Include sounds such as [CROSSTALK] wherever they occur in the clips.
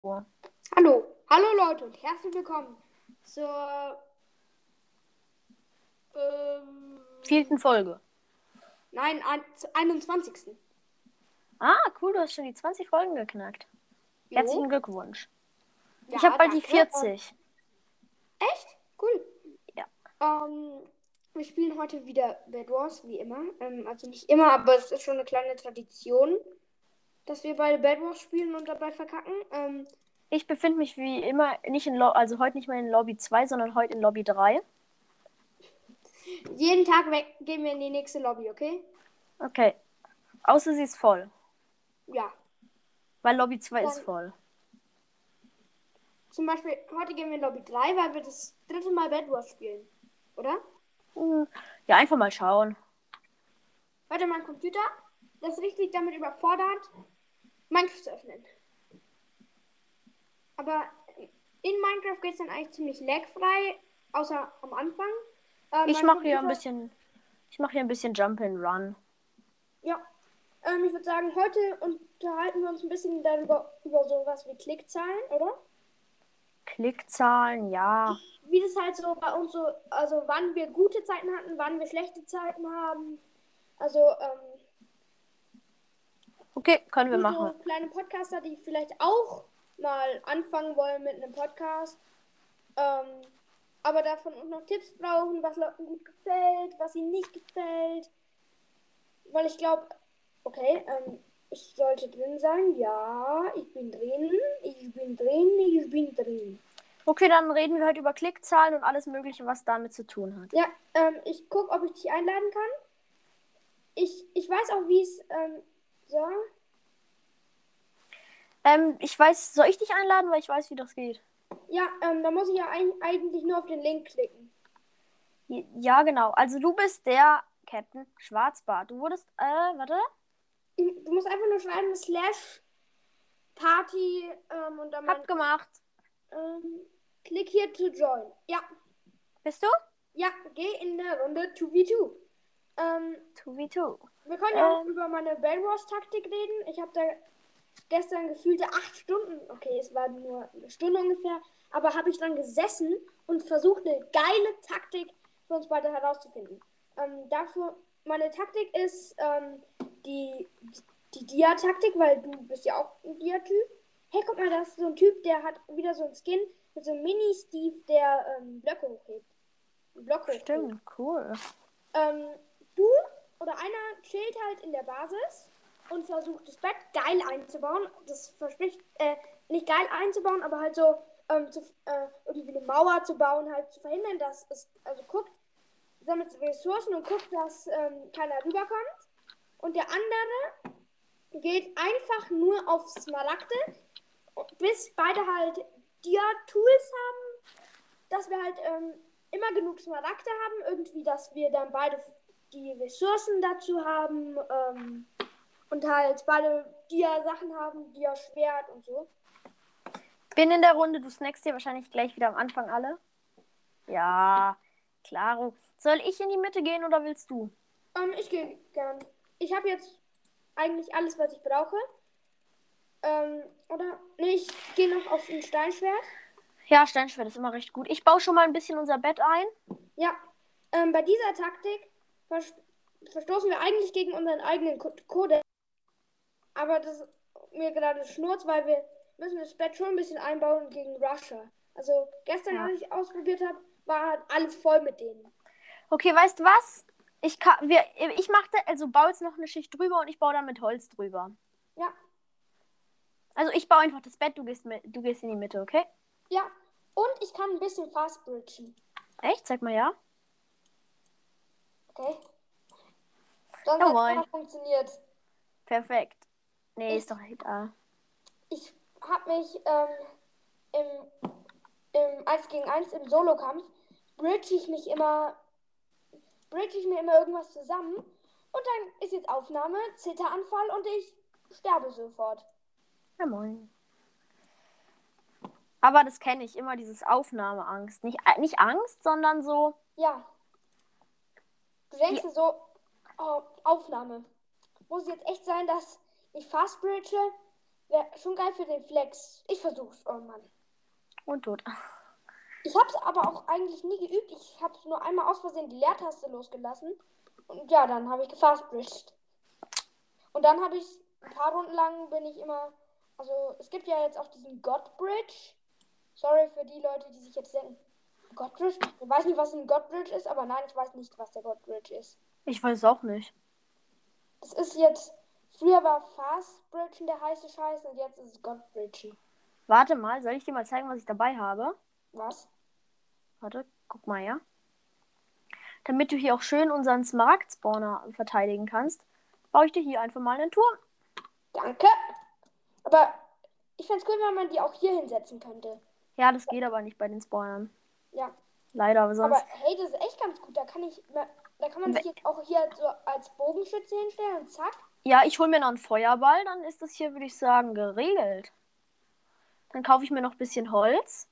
vor. Hallo, hallo Leute und herzlich willkommen zur ähm, Vierten Folge. nein, ein, zur 21. Ah, cool, du hast schon die 20 Folgen geknackt. Jo. Herzlichen Glückwunsch. Ja, ich habe bald die danke. 40. Echt? Cool. Ja. Ähm, wir spielen heute wieder Bad Wars, wie immer. Ähm, also nicht immer, aber es ist schon eine kleine Tradition, dass wir beide Bad Wars spielen und dabei verkacken. Ähm, Ich befinde mich wie immer nicht in Lo also heute nicht mehr in Lobby 2, sondern heute in Lobby 3. jeden Tag we- gehen wir in die nächste Lobby, okay? Okay. Außer sie ist voll, Ja. weil Lobby 2 ist Dann- voll. Zum Beispiel, heute gehen wir in Lobby 3, weil wir das dritte Mal Bad Wars spielen. Oder? Hm. Ja, einfach mal schauen. Warte, mein Computer das ist richtig damit überfordert, Minecraft zu öffnen. Aber in Minecraft geht es dann eigentlich ziemlich lagfrei, außer am Anfang. Ähm, Ich mein mache hier Computer- ein bisschen ich mache hier ein bisschen Jump and Run. Ja. Ähm, ich würde sagen, heute unterhalten wir uns ein bisschen darüber, über sowas wie Klickzahlen, oder? Klickzahlen, ja. Wie das halt so bei uns so, also wann wir gute Zeiten hatten, wann wir schlechte Zeiten haben. Also, ähm, Okay, können wir Gute machen. kleine Podcaster, die vielleicht auch mal anfangen wollen mit einem Podcast, ähm, aber davon uns noch Tipps brauchen, was Leuten gut gefällt, was ihnen nicht gefällt. Weil ich glaube, okay, ähm, ich sollte drin sein. Ja, ich bin drin, ich bin drin, ich bin drin. Okay, dann reden wir heute über Klickzahlen und alles mögliche, was damit zu tun hat. Ja, ähm, ich guck, ob ich dich einladen kann. Ich, ich weiß auch, wie es. Ähm, so. Ähm, ich weiß, soll ich dich einladen, weil ich weiß, wie das geht? Ja, ähm, da muss ich ja ein, eigentlich nur auf den Link klicken. Ja, genau. Also du bist der Captain Schwarzbart. Du wurdest, äh, warte. Ich- Du musst einfach nur schreiben, slash Party ähm, und dann mein, Hab gemacht. ähm, Click hier to join. Ja, Bist du? ja, geh in der Runde 2v2. Ähm, 2v2. wir können ja auch Ähm. über meine Bell Wars Taktik reden. Ich habe da gestern gefühlte acht Stunden, okay, es war nur eine Stunde ungefähr, aber habe ich dann gesessen und versucht, eine geile Taktik für uns beide herauszufinden. Ähm, dafür, meine Taktik ist ähm, die, die Dia-Taktik, weil du bist ja auch ein Dia-Typ. Hey, guck mal, das ist so ein Typ, der hat wieder so ein Skin mit so einem Mini-Steve, der ähm, Blöcke hochhebt. Block hochhebt. Stimmt, cool. Ähm, du oder einer chillt halt in der Basis und versucht das Bett geil einzubauen. Das verspricht, äh, nicht geil einzubauen, aber halt so ähm, zu, äh, irgendwie eine Mauer zu bauen, halt zu verhindern, dass es, also guckt, sammelt Ressourcen und guckt, dass ähm, keiner rüberkommt. Und der andere geht einfach nur auf Smaragde, bis beide halt Dia-Tools haben, dass wir halt ähm, immer genug Smaragde haben, irgendwie, dass wir dann beide die Ressourcen dazu haben ähm, und halt beide Dia-Sachen haben, Dia-Schwert und so. Bin in der Runde. Du snackst dir wahrscheinlich gleich wieder am Anfang alle. Ja, klaro. Soll ich in die Mitte gehen oder willst du? Ähm, ich gehe gern. Ich habe jetzt eigentlich alles, was ich brauche. Ähm, oder? Nee, ich gehe noch auf ein Steinschwert. Ja, Steinschwert ist immer recht gut. Ich baue schon mal ein bisschen unser Bett ein. Ja, ähm, bei dieser Taktik vers verstoßen wir eigentlich gegen unseren eigenen Ko- Kodex. Aber das ist mir gerade Schnurz, weil wir müssen das Bett schon ein bisschen einbauen gegen Russia. Also gestern, Ja. als ich ausprobiert habe, war halt alles voll mit denen. Okay, weißt du was? Ich kann, wir, ich mache, also baue jetzt noch eine Schicht drüber und ich baue dann mit Holz drüber. Ja, Also ich baue einfach das Bett. Du gehst, mit, du gehst in die Mitte, okay? ja. Und ich kann ein bisschen fast bridgen. Echt? Sag mal ja. Okay? Dann Jawohl. hat es funktioniert. Perfekt. Nee, Ich- ist doch egal. ich habe mich ähm, im, im 1 gegen 1 im Solo-Kampf bridge ich mich immer bridge ich mir immer irgendwas zusammen und dann ist jetzt Aufnahme, Zitteranfall und ich sterbe sofort. Ja, moin. Aber das kenne ich immer, dieses Aufnahmeangst. Nicht, äh, nicht Angst, sondern so. Ja. Du denkst dir so, oh, Aufnahme. Muss es jetzt echt sein, dass ich fast bridge? Wäre schon geil für den Flex. Ich versuch's, oh Mann. Und tot. [LAUGHS] Ich hab's aber auch eigentlich nie geübt. Ich hab's nur einmal aus Versehen die Leertaste losgelassen. Und ja, dann habe ich gefastbridged. Und dann habe ich ein paar Runden lang bin ich immer. Also, es gibt ja jetzt auch diesen Godbridge. Sorry für die Leute, die sich jetzt denken. Godbridge? Ich weiß nicht, was ein Godbridge ist, aber nein, ich weiß nicht, was der Godbridge ist. Ich weiß es auch nicht. Das ist jetzt. Früher war Fastbridgen der heiße Scheiß und jetzt ist es Godbridgen. Warte mal, soll ich dir mal zeigen, was ich dabei habe? Was? Warte, guck mal, ja. Damit du hier auch schön unseren Smaragd-Spawner verteidigen kannst, baue ich dir hier einfach mal einen Turm. Danke. Aber ich find's cool, wenn man die auch hier hinsetzen könnte. Ja, das geht aber nicht bei den Spawnern. Ja. Leider, aber Aber sonst. hey, das ist echt ganz gut. Da kann ich. Da kann man sich jetzt auch hier so als Bogenschütze hinstellen und zack. Ja, ich hole mir noch einen Feuerball, dann ist das hier, würde ich sagen, geregelt. Dann kaufe ich mir noch ein bisschen Holz.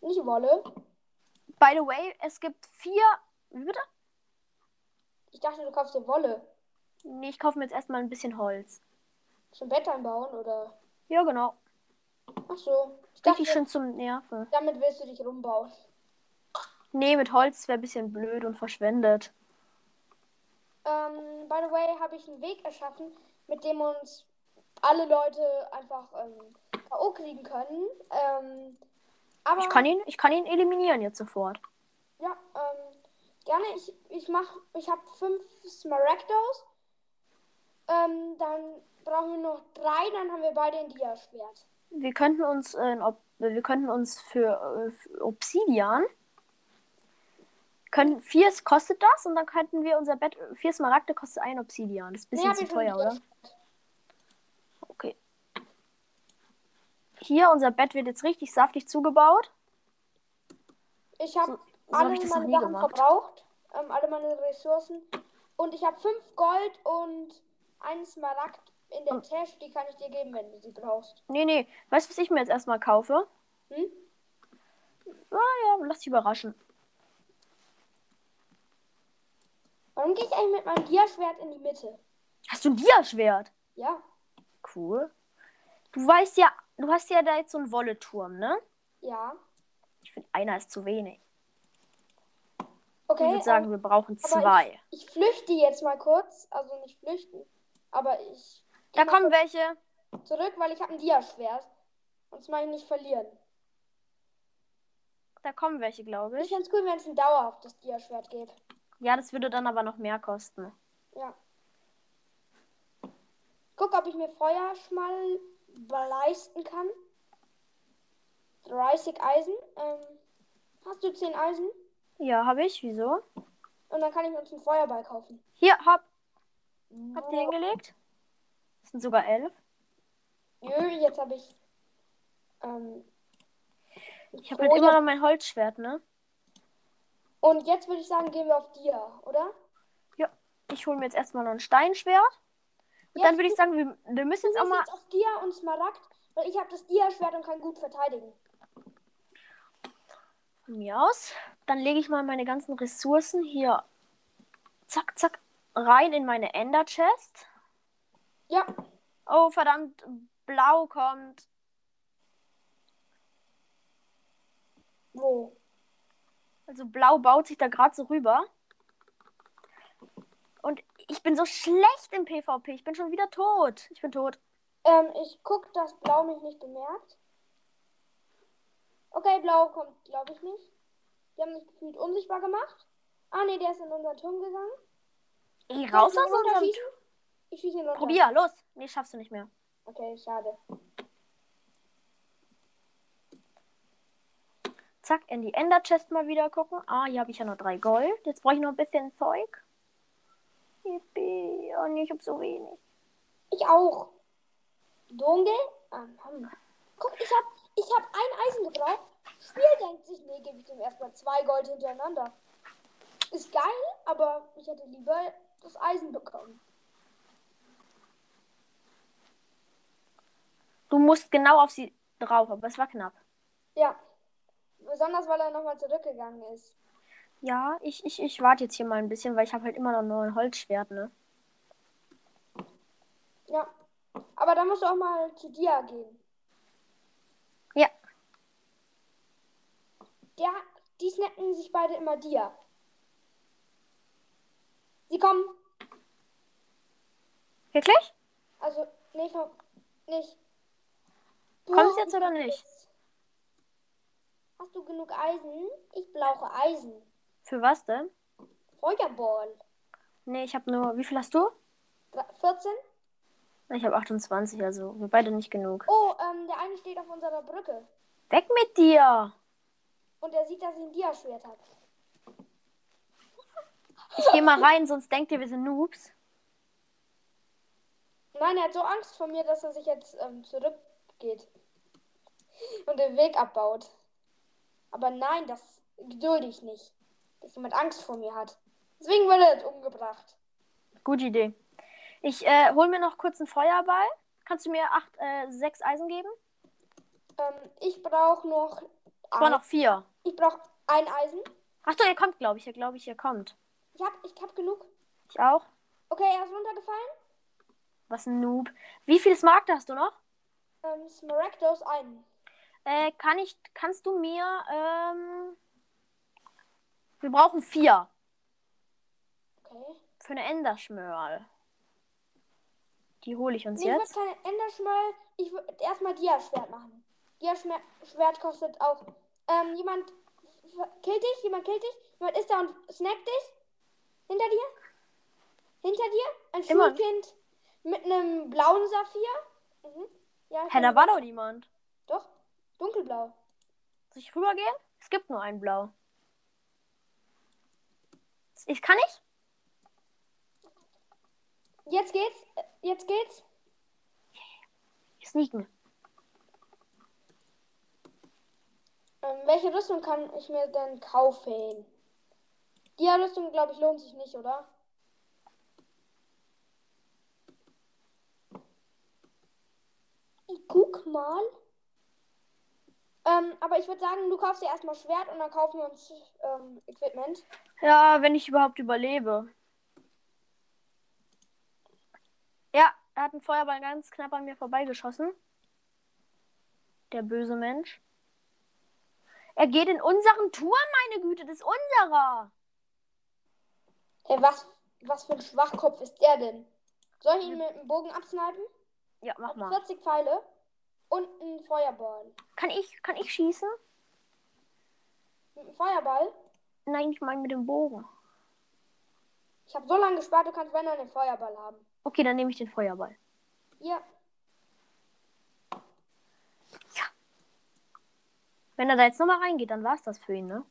Nicht Wolle. By the way, es gibt vier. Wie bitte? Ich dachte, du kaufst dir Wolle. Nee, ich kaufe mir jetzt erstmal ein bisschen Holz. Zum Bett einbauen oder. Ja, genau. Ach so. Ich dachte, Richtig schön zum Nerven. damit willst du dich rumbauen. Nee, mit Holz wäre ein bisschen blöd und verschwendet. Ähm, by the way, habe ich einen Weg erschaffen, mit dem uns alle Leute einfach ähm, K.O. kriegen können. Ähm, aber Ich kann ihn, ich kann ihn eliminieren jetzt sofort. ja, ähm, gerne. Ich, ich mach, ich habe fünf Smaragdos. Ähm, dann brauchen wir noch drei, dann haben wir beide ein Dia-Schwert. Wir könnten uns, äh, in Ob wir könnten uns für, äh, für Obsidian könnten vier kostet das und dann könnten wir unser Bett vier Smaragde kostet ein Obsidian. Das ist ein bisschen hab zu ich schon teuer, wieder- oder? Okay. Hier unser Bett wird jetzt richtig saftig zugebaut. Ich habe So hab alle ich das noch meine nie Sachen gemacht. verbraucht, ähm, alle meine Ressourcen. Und ich habe fünf Gold und einen Smaragd in Oh. der Tasche, die kann ich dir geben, wenn du sie brauchst. Nee, nee, weißt du, was ich mir jetzt erstmal kaufe? Ah, Hm? Ja, lass dich überraschen. Warum gehe ich eigentlich mit meinem Dia-Schwert in die Mitte? Hast du ein Diaschwert? Ja, Cool. Du weißt ja, du hast ja da jetzt so einen Wolleturm, ne? ja. Ich finde, einer ist zu wenig. Okay, ich würde ähm, sagen, wir brauchen aber zwei. ich, ich flüchte jetzt mal kurz. Also nicht flüchten, aber ich Da kommen welche. gehe zurück, weil ich habe ein Dia-Schwert. Und das mag ich nicht verlieren. Da kommen welche, glaube Ich ich. fände es cool, wenn es ein dauerhaftes Dia-Schwert gäbe. Ja, das würde dann aber noch mehr kosten. Ja. Guck, ob ich mir Feuerschmal leisten kann. 30 Eisen. Ähm, hast du 10 Eisen? Ja, habe ich. Wieso? Und dann kann ich uns einen Feuerball kaufen. Hier, hab, hab Oh. den hingelegt. Das sind sogar elf. Jö, jetzt habe ich. Ähm, Ich Oh, habe halt immer noch mein Holzschwert, ne? Und jetzt würde ich sagen, gehen wir auf Dia, oder? Ich hole mir jetzt erstmal noch ein Steinschwert. Und Ja, dann würde ich sagen, wir, wir müssen jetzt Wir auch sind mal. jetzt auf Dia und Smaragd, weil ich habe das Dia-Schwert und kann gut verteidigen. Von mir aus. Dann lege ich mal meine ganzen Ressourcen hier zack, zack rein in meine Ender Chest. Ja, Oh, verdammt, blau kommt. wo? Also blau baut sich da gerade so rüber. Und ich bin so schlecht im PvP. Ich bin schon wieder tot. Ich bin tot. Ähm, ich guck, dass Blau mich nicht bemerkt. Okay, Blau kommt, glaube ich nicht. Die haben mich gefühlt unsichtbar gemacht. Ah, nee, der ist in unseren Turm gegangen. Ey, raus Soll ich ihn aus unserem... runterschießen? Ich schieße ihn runter. Probier, los. Nee, schaffst du nicht mehr. Okay, schade. Zack, in die Ender Chest mal wieder gucken. Ah, hier habe ich ja noch drei Gold. Jetzt brauche ich noch ein bisschen Zeug. Yippie. Oh nee, ich habe so wenig. Ich auch. Dunkel? Ah, Mann. Guck, ich hab, ich hab ein Eisen gebraucht. Spiel denkt sich, nee, gebe ich dem erstmal zwei Gold hintereinander. Ist geil, aber ich hätte lieber das Eisen bekommen. Du musst genau auf sie drauf, aber es war knapp. Ja. Besonders, weil er nochmal zurückgegangen ist. Ja, ich, ich, ich warte jetzt hier mal ein bisschen, weil ich habe halt immer noch nur ein Holzschwert, ne? Ja. Aber dann musst du auch mal zu Dia gehen. Ja. Der, die snacken sich beide immer Dia. Sie kommen. Wirklich? Also, nee, komm. Nicht. Du- Kommt's jetzt oder nicht? Hast du genug Eisen? Ich brauche Eisen. Für was denn? Feuerball. Nee, ich habe nur. Wie viel hast du? Dre- 14? Ich habe 28, also wir beide nicht genug. Oh, ähm, der eine steht auf unserer Brücke. Weg mit dir! Und er sieht, dass ich ein Dia-Schwert habe. Ich gehe mal rein, sonst denkt ihr, wir sind Noobs. Nein, er hat so Angst vor mir, dass er sich jetzt ähm, zurückgeht. Und den Weg abbaut. Aber nein, das gedulde ich nicht. Dass jemand Angst vor mir hat. Deswegen wurde er jetzt umgebracht. Gute Idee. Ich äh, hol mir noch kurz einen Feuerball. Kannst du mir acht, äh, sechs Eisen geben? Ähm, ich brauche noch. Ich brauche noch vier. Ich brauche ein Eisen. Ach so, ihr kommt, glaube ich. Ihr glaube ich, ihr kommt. Ich hab, ich hab genug. Ich auch. Okay, er ist runtergefallen. Was ein Noob. Wie viel Smaragde hast du noch? Ähm, Smaragdos ein. Äh, kann ich, kannst du mir, ähm, wir brauchen vier Okay. für eine Enderschmörl. Die hole ich uns Nee, ich würde jetzt. keine Enderschmöll. Ich würde erstmal Diaschwert machen. Diaschwert kostet auch. Ähm, jemand f- killt dich, jemand killt dich, jemand ist da und snackt dich. Hinter dir? Hinter dir? Ein Immer. Schulkind mit einem blauen Saphir? Mhm. Ja, ich Hä, da glaub- war doch niemand. Doch, dunkelblau. Soll ich rübergehen? Es gibt nur einen Blau. Ich kann nicht? Jetzt geht's, äh, jetzt geht's. Sneaken. Ähm, welche Rüstung kann ich mir denn kaufen? Die Rüstung, glaube ich, lohnt sich nicht, oder? Ich guck mal. Ähm, aber ich würde sagen, du kaufst dir erstmal Schwert und dann kaufen wir uns ähm, Equipment. Ja, wenn ich überhaupt überlebe. Ja, er hat einen Feuerball ganz knapp an mir vorbeigeschossen. Der böse Mensch. Er geht in unseren Turm, meine Güte, das ist unserer. Hey, was, was für ein Schwachkopf ist der denn? Soll ich ihn mit dem Bogen absnipen? Ja, mach mal. 40 Pfeile und einen Feuerball. Kann ich, kann ich schießen? Mit einem Feuerball? Nein, ich meine mit dem Bogen. Ich habe so lange gespart, du kannst wenn dann einen Feuerball haben. Okay, dann nehme ich den Feuerball. Ja. Wenn er da jetzt nochmal reingeht, dann war es das für ihn, ne?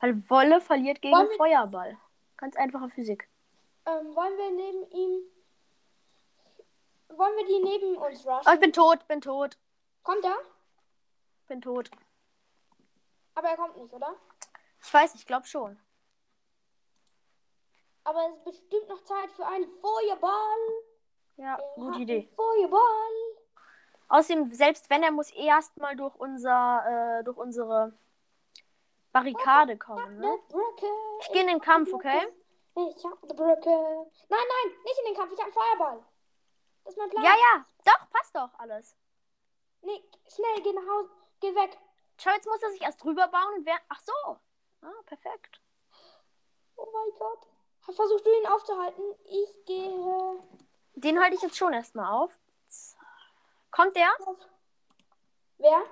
Weil Wolle verliert gegen Wollen wir- Feuerball. Ganz einfache Physik. Ähm, wollen wir neben ihm. Wollen wir die neben uns Oh, rushen? ich bin tot, bin tot, Kommt er? bin tot. Aber er kommt nicht, oder? Ich weiß, ich glaube schon. Aber es ist bestimmt noch Zeit für einen Feuerball. Ja, Er hat gute einen Idee. Feuerball. Außerdem, selbst wenn er muss eh erstmal durch unser, äh, durch unsere Barrikade kommen, ne? Die Brücke. Ich gehe in den Kampf, okay? Ich hab die Brücke. Nein, nein, nicht in den Kampf. Ich hab einen Feuerball. Das ist mein Ja, Plan. ja, doch, passt doch alles. Nee, schnell, geh nach Hause. Geh weg. Schau, jetzt muss er sich erst drüber bauen und wer. Ach so. Ah, perfekt. Oh mein Gott. Versuchst du ihn aufzuhalten? Ich gehe. Den halte ich jetzt schon erstmal auf. Zack. Kommt der? Wer?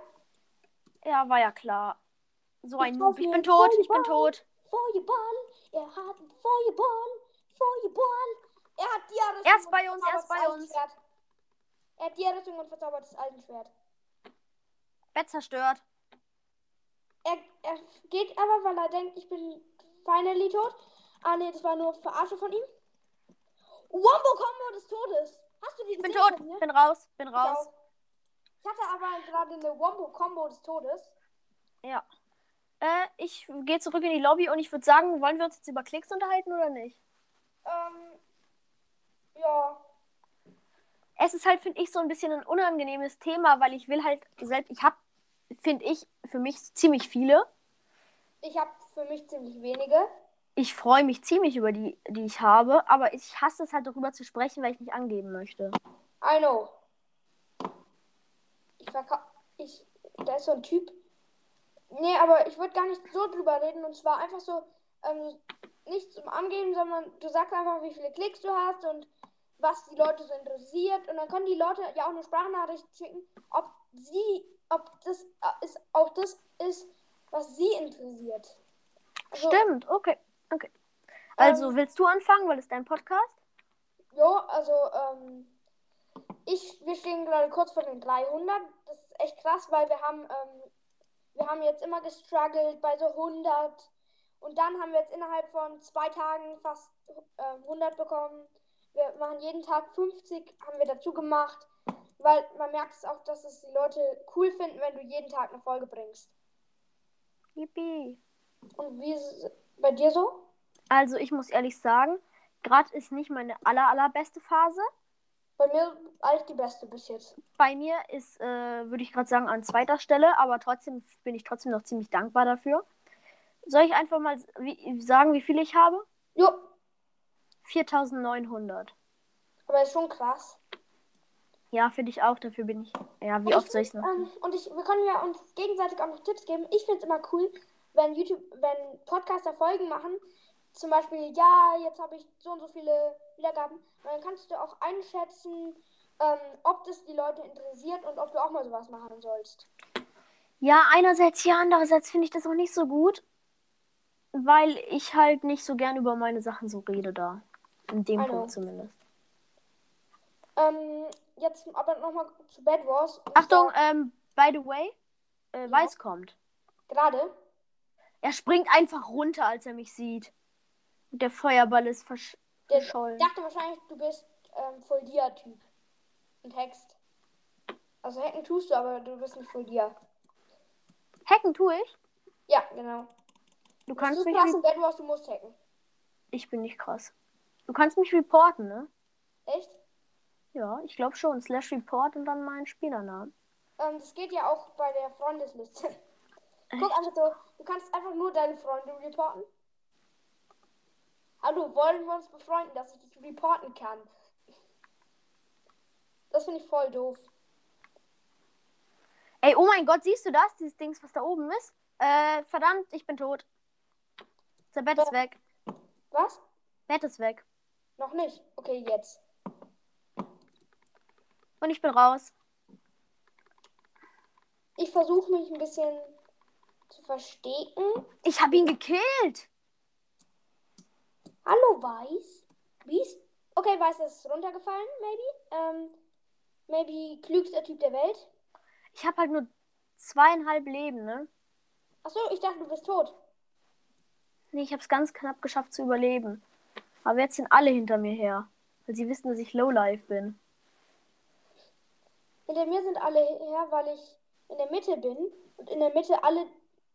Ja, war ja klar. So ein Ich Noob. brauch Ich hier bin einen tot, ich bin Volleyball. tot. Feuerball, er hat einen Feuerball, Feuerball. Er hat die Rüstung. Er ist und bei uns, er ist bei verzaubertes uns. Eisenschwert. Er hat die Rüstung und verzaubertes Eisenschwert. Bett zerstört. Er, er geht aber, weil er denkt, ich bin finally tot. Ah ne, das war nur Verarsche von ihm. Wombo-Kombo des Todes. Hast du die Ich ne? bin gesehen tot, von mir? bin raus, bin Ich raus. auch. Ich hatte aber gerade eine Wombo-Kombo des Todes. Ja. Äh, ich gehe zurück in die Lobby und ich würde sagen, wollen wir uns jetzt über Klicks unterhalten oder nicht? Ähm, ja. Es ist halt, finde ich, so ein bisschen ein unangenehmes Thema, weil ich will halt selbst, ich habe, finde ich, für mich ziemlich viele. Ich habe für mich ziemlich wenige. Ich freue mich ziemlich über die, die ich habe, aber ich hasse es halt darüber zu sprechen, weil ich nicht angeben möchte. I know. Ich verkau... Ich, da ist so ein Typ. Nee, aber ich würde gar nicht so drüber reden. Und zwar einfach so, ähm, nicht zum Angeben, sondern du sagst einfach, wie viele Klicks du hast und was die Leute so interessiert. Und dann können die Leute ja auch eine Sprachnachricht schicken, ob sie, ob das äh, ist, auch das ist, was sie interessiert. Also, Stimmt, okay. okay. Also willst du anfangen, weil es dein Podcast? Jo, also, ähm, ich, wir stehen gerade kurz vor den 300. Das ist echt krass, weil wir haben, ähm, wir haben jetzt immer gestruggelt bei so 100. Und dann haben wir jetzt innerhalb von zwei Tagen fast ähm, 100 bekommen. Wir machen jeden Tag 50, haben wir dazu gemacht. Weil man merkt es auch, dass es die Leute cool finden, wenn du jeden Tag eine Folge bringst. Yippie. Und wie ist es bei dir so? Also ich muss ehrlich sagen, gerade ist nicht meine aller allerbeste Phase. Bei mir eigentlich die beste bis jetzt. Bei mir ist, äh, würde ich gerade sagen, an zweiter Stelle, aber trotzdem bin ich trotzdem noch ziemlich dankbar dafür. Soll ich einfach mal s- wie, sagen, wie viel ich habe? Jo, 4900. aber ist schon krass. Ja, finde ich auch, dafür bin ich. Ja, wie Und oft soll ich es noch? Ähm, und ich, wir können ja uns gegenseitig auch noch Tipps geben. Ich finde es immer cool, wenn YouTube, wenn Podcaster Folgen machen. Zum Beispiel, ja, jetzt habe ich so und so viele Wiedergaben. Und dann kannst du auch einschätzen, ähm, ob das die Leute interessiert und ob du auch mal sowas machen sollst. Ja, einerseits ja, andererseits finde ich das auch nicht so gut, weil ich halt nicht so gern über meine Sachen so rede da. In dem I know. Punkt zumindest. Ähm, jetzt aber nochmal zu Bad Wars. Und Achtung, zwar ähm, by the way, äh, Ja. Weiß kommt. Gerade. Er springt einfach runter, als er mich sieht. Und der Feuerball ist versch Der verschollen. dachte wahrscheinlich, du bist ähm, voll Dia-Typ. Und hackst. Also hacken tust du, aber du bist nicht voll Dia. Hacken tue ich. Ja, genau. Du Du kannst bist mich. krass re- in Bad Wars, du musst hacken. Ich bin nicht krass. Du kannst mich reporten, ne? Echt? Ja, ich glaube schon. Slash Report und dann meinen Spielernamen. Ähm, das geht ja auch bei der Freundesliste. Guck, also du kannst einfach nur deine Freunde reporten. Hallo, wollen wir uns befreunden, dass ich dich reporten kann? Das finde ich voll doof. Ey, oh mein Gott, siehst du das? Dieses Dings, was da oben ist? Äh, verdammt, ich bin tot. Sein Bett ist weg. Was? Bett ist weg. Noch nicht. Okay, jetzt. Und ich bin raus. Ich versuche mich ein bisschen zu verstecken. Ich habe ihn gekillt. Hallo, Weiß. Weiß? Okay, Weiß ist runtergefallen, maybe. Ähm, maybe klügster Typ der Welt. Ich habe halt nur zweieinhalb Leben, ne? Achso, ich dachte, du bist tot. Nee, ich habe es ganz knapp geschafft zu überleben. Aber jetzt sind alle hinter mir her. Weil sie wissen, dass ich Lowlife bin. Hinter mir sind alle her, weil ich in der Mitte bin und in der Mitte alle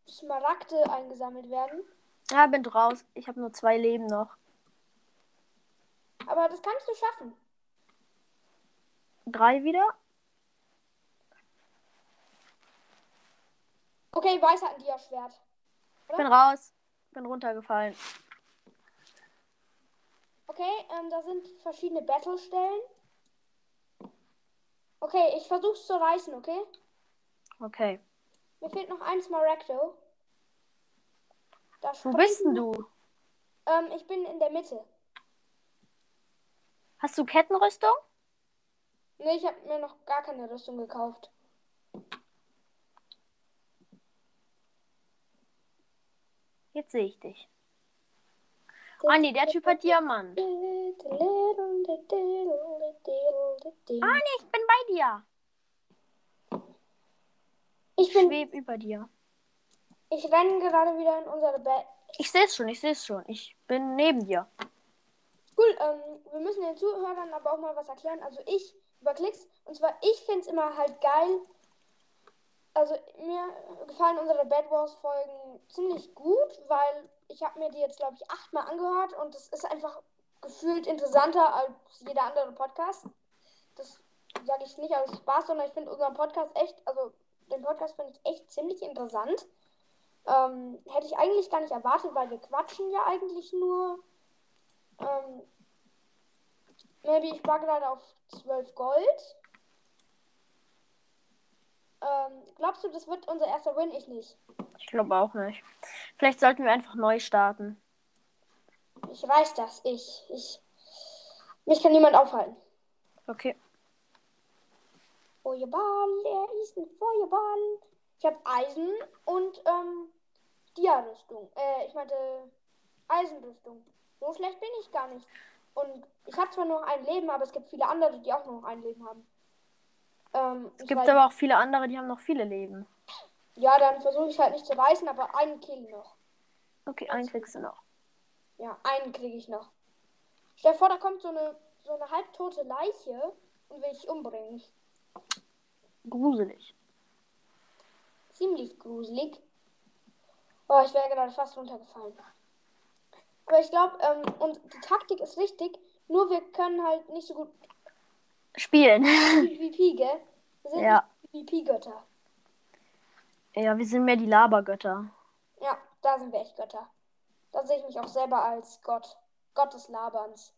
Smaragde eingesammelt werden. Ja, bin raus. Ich habe nur zwei Leben noch. Aber das kannst du schaffen. Drei wieder? Okay, Weiß hat ein Dia-Schwert. Bin raus. Bin runtergefallen. Okay, ähm, da sind verschiedene Battle-Stellen. Okay, ich versuch's zu reißen, okay? Okay. Mir fehlt noch ein Smaragdo. Da Wo springt- bist denn du? Ähm, ich bin in der Mitte. Hast du Kettenrüstung? Nee, ich habe mir noch gar keine Rüstung gekauft. Jetzt sehe ich dich. Ah nee, der Typ hat Diamant. Ah, nee. Ich bin bei dir. Ich Ich bin schweb über dir. Ich renne gerade wieder in unsere Bett. Ich sehe es schon, ich sehe es schon. Ich bin neben dir. Cool, ähm, wir müssen den Zuhörern aber auch mal was erklären. Also ich über Klicks. Und zwar, ich finde es immer halt geil. Also mir gefallen unsere Bad Wars Folgen ziemlich gut, weil ich habe mir die jetzt, glaube ich, achtmal angehört und es ist einfach gefühlt interessanter als jeder andere Podcast. Das sage ich nicht aus Spaß, sondern ich finde unseren Podcast echt, also den Podcast finde ich echt ziemlich interessant. Ähm, hätte ich eigentlich gar nicht erwartet, weil wir quatschen ja eigentlich nur. Ähm, maybe ich war gerade auf 12 Gold. Ähm, glaubst du, das wird unser erster Win? Ich nicht. Ich glaube auch nicht. Vielleicht sollten wir einfach neu starten. Ich weiß das. Ich, ich. Mich kann niemand aufhalten. Okay. Feuerball, er ist ein Feuerball. Ich habe Eisen und ähm, Dia-Rüstung. Äh, ich meinte Eisenrüstung. So schlecht bin ich gar nicht. Und ich habe zwar nur noch ein Leben, aber es gibt viele andere, die auch nur noch ein Leben haben. Ähm, Es ich gibt weiß- aber auch viele andere, die haben noch viele Leben. Ja, dann versuche ich halt nicht zu reißen, aber einen Kill noch. Okay, einen kriegst du noch. Ja, einen kriege ich noch. Stell dir vor, da kommt so eine, so eine halbtote Leiche und will ich umbringen. Gruselig. Ziemlich gruselig. Oh, ich wäre gerade fast runtergefallen. Aber ich glaube, ähm, und die Taktik ist richtig, nur wir können halt nicht so gut [COUGHS] Spielen. [LAUGHS] PvP, gell? Wir sind Ja. nicht PvP-Götter. Ja, wir sind mehr die Labergötter. Ja, da sind wir echt Götter. Da sehe ich mich auch selber als Gott. Gott des Laberns.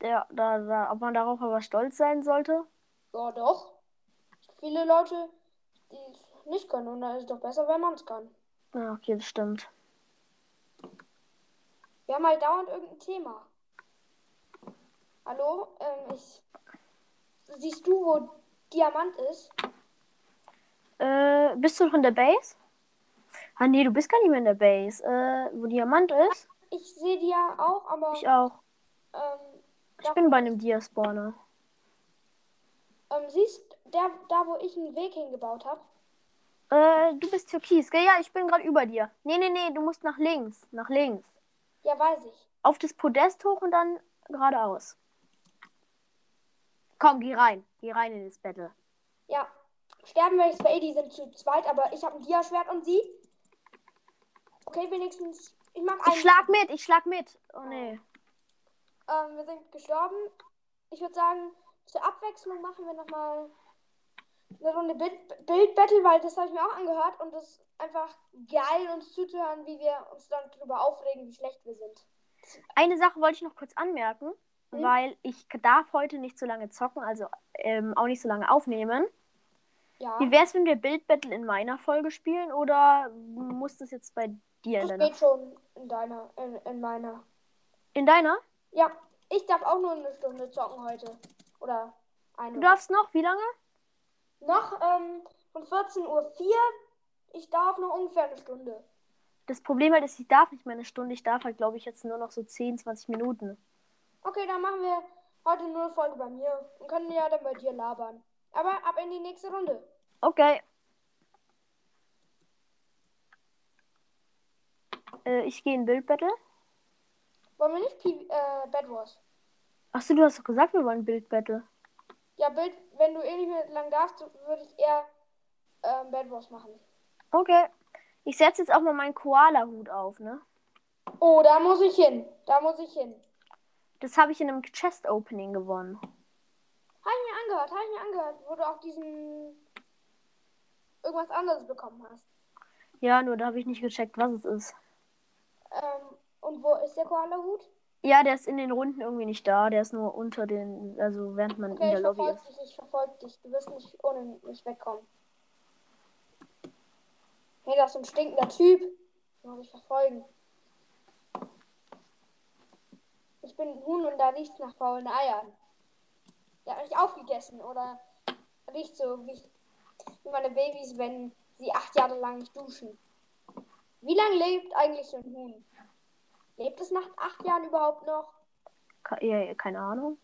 Ja, da, da, ob man darauf aber stolz sein sollte? Ja, doch. Viele Leute, die es nicht können. Und da ist es doch besser, wenn man es kann. Ja, okay, das stimmt. Wir haben halt dauernd irgendein Thema. Hallo? Ähm, ich... Siehst du, wo Diamant ist? Äh, bist du noch in der Base? Ah, nee, du bist gar nicht mehr in der Base. Äh, wo Diamant ist? Ich sehe die ja auch, aber Ich auch. ähm, Ich bin bei einem Diaspawner. ähm, siehst der, da, wo ich einen Weg hingebaut habe? Äh, du bist türkis, gell? Ja, ich bin gerade über dir. Nee, nee, nee, du musst nach links. Nach links. Ja, weiß ich. Auf das Podest hoch und dann geradeaus. Komm, geh rein. Geh rein in das Battle. Ja, sterben wir jetzt bei Eddie, sind zu zweit, aber ich habe ein Diaschwert und sie. Okay, wenigstens. Ich mag einen. Ich schlag mit, ich schlag mit. Oh nee. Ähm, wir sind gestorben. Ich würde sagen, zur Abwechslung machen wir nochmal eine Runde Bild- Bildbattle, weil das habe ich mir auch angehört und das ist einfach geil, uns zuzuhören, wie wir uns dann darüber aufregen, wie schlecht wir sind. Eine Sache wollte ich noch kurz anmerken, Mhm. weil ich darf heute nicht so lange zocken, also ähm, auch nicht so lange aufnehmen. Ja, Wie wär's, wenn wir Bildbattle in meiner Folge spielen oder muss das jetzt bei dir das in deiner? geht schon in deiner, in, in meiner. In deiner? Ja, ich darf auch nur eine Stunde zocken heute. Oder eine. Du darfst noch, wie lange? Noch ähm, von 14.04 Uhr. Ich darf noch ungefähr eine Stunde. Das Problem halt ist, ich darf nicht mehr eine Stunde, ich darf halt, glaube ich, jetzt nur noch so 10, 20 Minuten. Okay, dann machen wir heute nur eine Folge bei mir und können ja dann bei dir labern. Aber ab in die nächste Runde. Okay. Äh, ich gehe in Bildbattle. Wollen wir nicht P äh, Bad Wars? Achso, du hast doch gesagt, wir wollen Bildbattle. Ja, Bild, wenn du eh nicht mehr lang darfst, würde ich eher ähm, Bad Wars machen. Okay. Ich setze jetzt auch mal meinen Koala-Hut auf, ne? Oh, da muss ich hin. Da muss ich hin. Das habe ich in einem Chest-Opening gewonnen. Habe ich mir angehört, habe ich mir angehört, wo du auch diesen irgendwas anderes bekommen hast. Ja, nur da habe ich nicht gecheckt, was es ist. Ähm, und wo ist der Koala-Hut? Ja, der ist in den Runden irgendwie nicht da. Der ist nur unter den, also während man in Okay, der ich Lobby verfolge ist. dich, ich verfolge dich. Du wirst nicht ohne mich wegkommen. Hey, das ist ein stinkender Typ. Ich muss mich verfolgen. Ich bin ein Huhn und da riecht's nach faulen Eiern. Der hat mich aufgegessen oder riecht so wie, wie meine Babys, wenn sie acht Jahre lang nicht duschen. Wie lange lebt eigentlich so ein Huhn? Lebt es nach acht Jahren überhaupt noch? Ke ja, ja, keine Ahnung.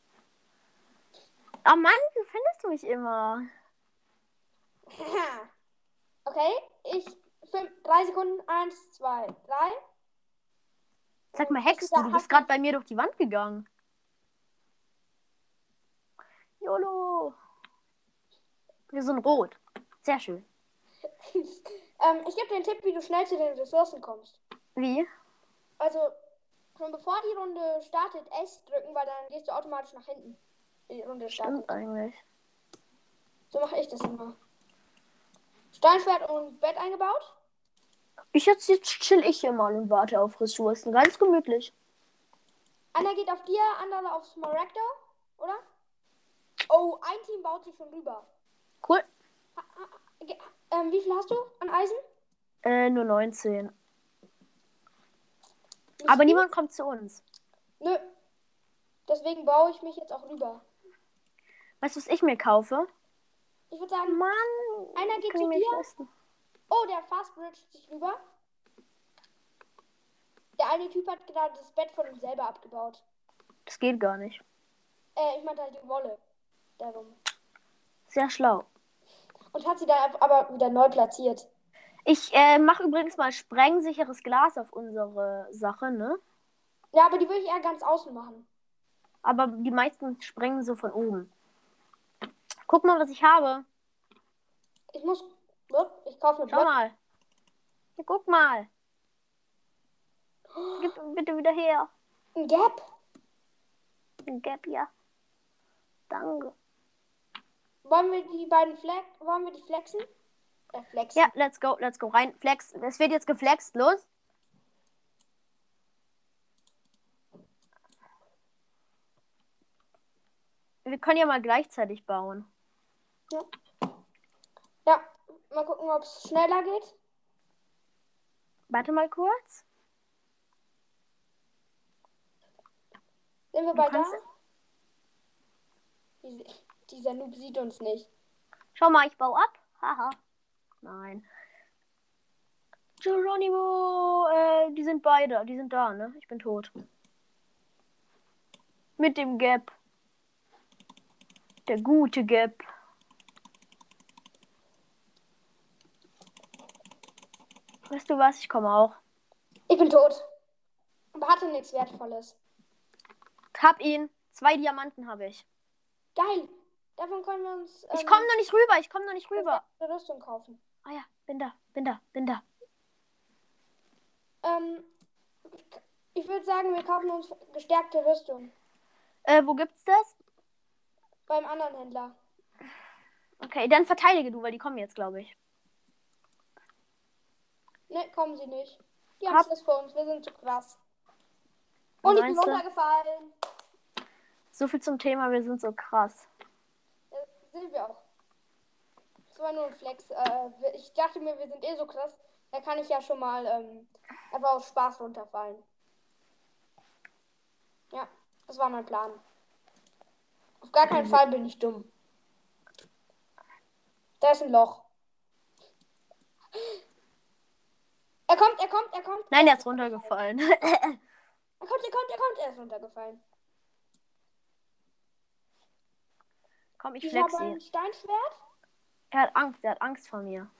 Ah Mann, wie findest du mich immer? Haha. [COUGHS] Okay, ich. Fünf, drei Sekunden. Eins, zwei, drei. [LAUGHS] Sag mal, Hex, du, du bist gerade bei mir durch die Wand gegangen. YOLO. Wir sind rot. Sehr schön. ähm, ich gebe dir einen Tipp, wie du schnell zu den Ressourcen kommst. Wie? Also, schon bevor die Runde startet, S drücken, weil dann gehst du automatisch nach hinten. wenn Die Runde startet. Stimmt eigentlich. So mache ich das immer. Steinschwert und Bett eingebaut. Ich jetzt, jetzt chill ich hier mal und warte auf Ressourcen. Ganz gemütlich. Einer geht auf dir, andere auf Smaragdo, oder? Oh, ein Team baut sich schon rüber. Cool. Ha, ha, ge- Ähm, wie viel hast du an Eisen? Äh, nur 19. Nicht Aber viel? niemand kommt zu uns. Nö. Deswegen baue ich mich jetzt auch rüber. Weißt du, was ich mir kaufe? Ich würde sagen, Mann. einer geht Kann ich zu mir nicht dir. leisten. Oh, der Fast Bridge sich rüber. Der eine Typ hat gerade das Bett von ihm selber abgebaut. Das geht gar nicht. Äh, ich meinte halt die Wolle. Darum. Sehr schlau. Und hat sie dann aber wieder neu platziert. Ich äh, mache übrigens mal sprengsicheres Glas auf unsere Sache, ne? Ja, aber die würde ich eher ganz außen machen. Aber die meisten sprengen so von oben. Guck mal, was ich habe. Ich muss. Upp, Ich kaufe eine Schau Blöcke. mal. Ja, guck mal. Gib ihn bitte wieder her. Ein Gap. Ein Gap, ja. Danke. Wollen wir die beiden Flex. Wollen wir die flexen? Äh, flexen. Ja, let's go, let's go. Rein, flex. Es wird jetzt geflext, los. Wir können ja mal gleichzeitig bauen. Ja. Mal gucken, ob es schneller geht. Warte mal kurz. Sind wir Du bei da? kannst- Diese- Dieser Noob sieht uns nicht. Schau mal, ich baue ab. Haha. Nein. Geronimo, äh, die sind beide, die sind da, ne? Ich bin tot. Mit dem Gap. Der gute Gap. Weißt du was? Ich komme auch. Ich bin tot. Aber hatte nichts Wertvolles. Hab ihn. Zwei Diamanten habe ich. Geil. Davon können wir uns. Ich ähm, komme noch nicht rüber, ich komme noch nicht rüber. Eine Rüstung kaufen. Ah ja, bin da, bin da, bin da. Ähm, ich würde sagen, wir kaufen uns gestärkte Rüstung Äh, wo gibt's das? beim anderen Händler. Okay, dann verteidige du, weil die kommen jetzt, glaube ich. Ne, kommen sie nicht. Die Hab- haben es vor uns, wir sind zu krass. Und ich bin Meinst du? runtergefallen. So viel zum Thema, wir sind so krass. Äh, sind wir auch. Das war nur ein Flex. Äh, ich dachte mir, wir sind eh so krass. Da kann ich ja schon mal ähm, einfach aus Spaß runterfallen. Ja, das war mein Plan. Auf gar keinen Fall bin ich dumm. Da ist ein Loch. Er kommt, er kommt, er kommt. Nein, der ist runtergefallen. [LAUGHS] Er kommt, er kommt, er kommt. Er ist runtergefallen. Komm, ich Ich flex habe ein ihn. Steinschwert. Er hat Angst, er hat Angst vor mir.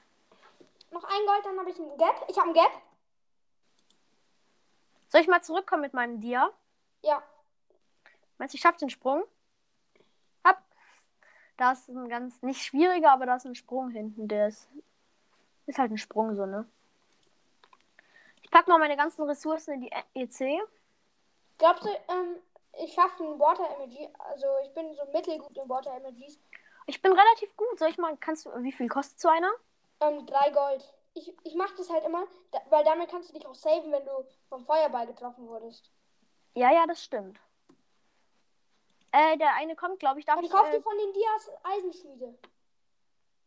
Noch ein Gold, dann habe ich ein Gap. Ich habe ein Gap. Soll ich mal zurückkommen mit meinem Dia? Ja, Meinst du, ich schaff den Sprung? Hab. Da ist ein ganz, nicht schwieriger, aber da ist ein Sprung hinten. Der ist, ist halt ein Sprung so, ne? Ich pack mal meine ganzen Ressourcen in die E EC. Glaubst du, ähm, ich schaffe ein Water Emoji? Also ich bin so mittelgut in Water Emojis. Ich bin relativ gut. Soll ich mal, kannst du, wie viel kostet so einer? Ähm, drei Gold. Ich, ich mache das halt immer, da, weil damit kannst du dich auch saven, wenn du vom Feuerball getroffen wurdest. Ja, ja, das stimmt. Äh, der eine kommt, glaube ich. Darf Dann ich, kauf äh, dir von den Dias Eisenschmiede.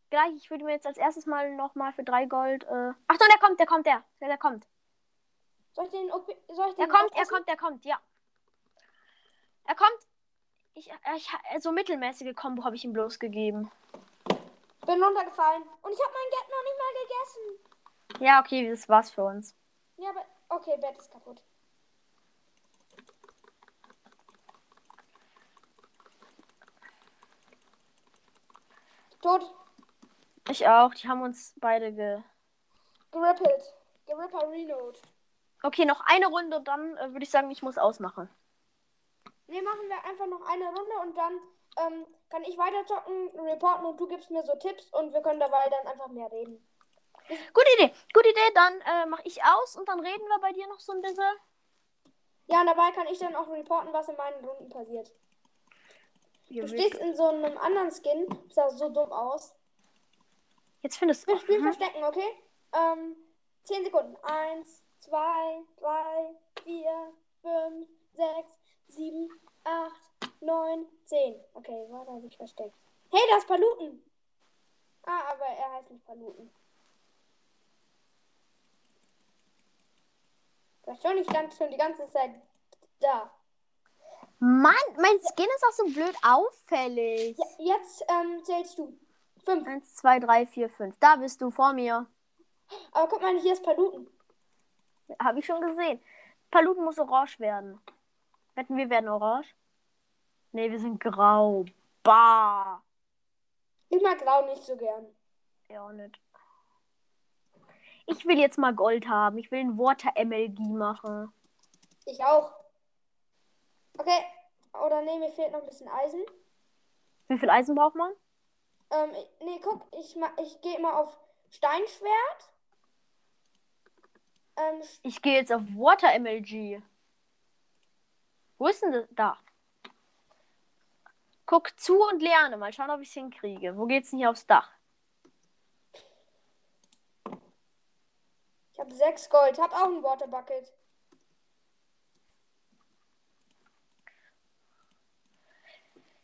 gleich. Ich würde mir jetzt als erstes mal nochmal für drei Gold. Äh... Ach so, der kommt, der kommt, der. Der, der kommt. Soll ich den, OP, soll ich Er den kommt, er aufessen? kommt, er kommt, ja. Er kommt. Ich, äh, ich, so mittelmäßige Kombo habe ich ihm bloß gegeben. Bin runtergefallen. Und ich habe mein Geld noch nicht mal gegessen. Ja, okay, das war's für uns. Ja, aber okay, Bett ist kaputt. Tot. Ich auch. Die haben uns beide ge. Gerippelt. Geripperinoed. Okay, noch eine Runde und dann äh, würde ich sagen, ich muss ausmachen. Nee, machen wir einfach noch eine Runde und dann ähm, kann ich weiter zocken, reporten und du gibst mir so Tipps und wir können dabei dann einfach mehr reden. Gute Idee, gute Idee. Dann äh, mache ich aus und dann reden wir bei dir noch so ein bisschen. Ja, und dabei kann ich dann auch reporten, was in meinen Runden passiert. Du stehst in so einem anderen Skin, sah so dumm aus. Jetzt findest du. Wir spielen Mhm. Verstecken, okay? Ähm, 10 Sekunden. 1, 2, 3, 4, 5, 6, 7, 8, 9, 10. Okay, wo hat er sich versteckt? Hey, das ist Paluten. Ah, aber er heißt nicht Paluten. Wahrscheinlich stand schon die ganze Zeit da. Mann, mein Skin ist auch so blöd auffällig. Ja, jetzt ähm, zählst du. Fünf. Eins, zwei, drei, vier, fünf. Da bist du vor mir. Aber guck mal, hier ist Paluten. Habe ich schon gesehen. Paluten muss orange werden. Wetten, wir werden orange? Nee, wir sind grau. Bah. Ich mag Grau nicht so gern. Ja, auch nicht. Ich will jetzt mal Gold haben. Ich will ein Water MLG machen. Ich auch. Okay. Oder nee, mir fehlt noch ein bisschen Eisen. Wie viel Eisen braucht man? Ähm, ich- nee, guck, ich, ma- ich gehe immer auf Steinschwert. Ähm, Sch- Ich gehe jetzt auf Water MLG. Wo ist denn das? Da. Guck zu und lerne. Mal schauen, ob ich es hinkriege. Wo geht's denn hier aufs Dach? ich habe sechs Gold. Hab auch ein Water Bucket.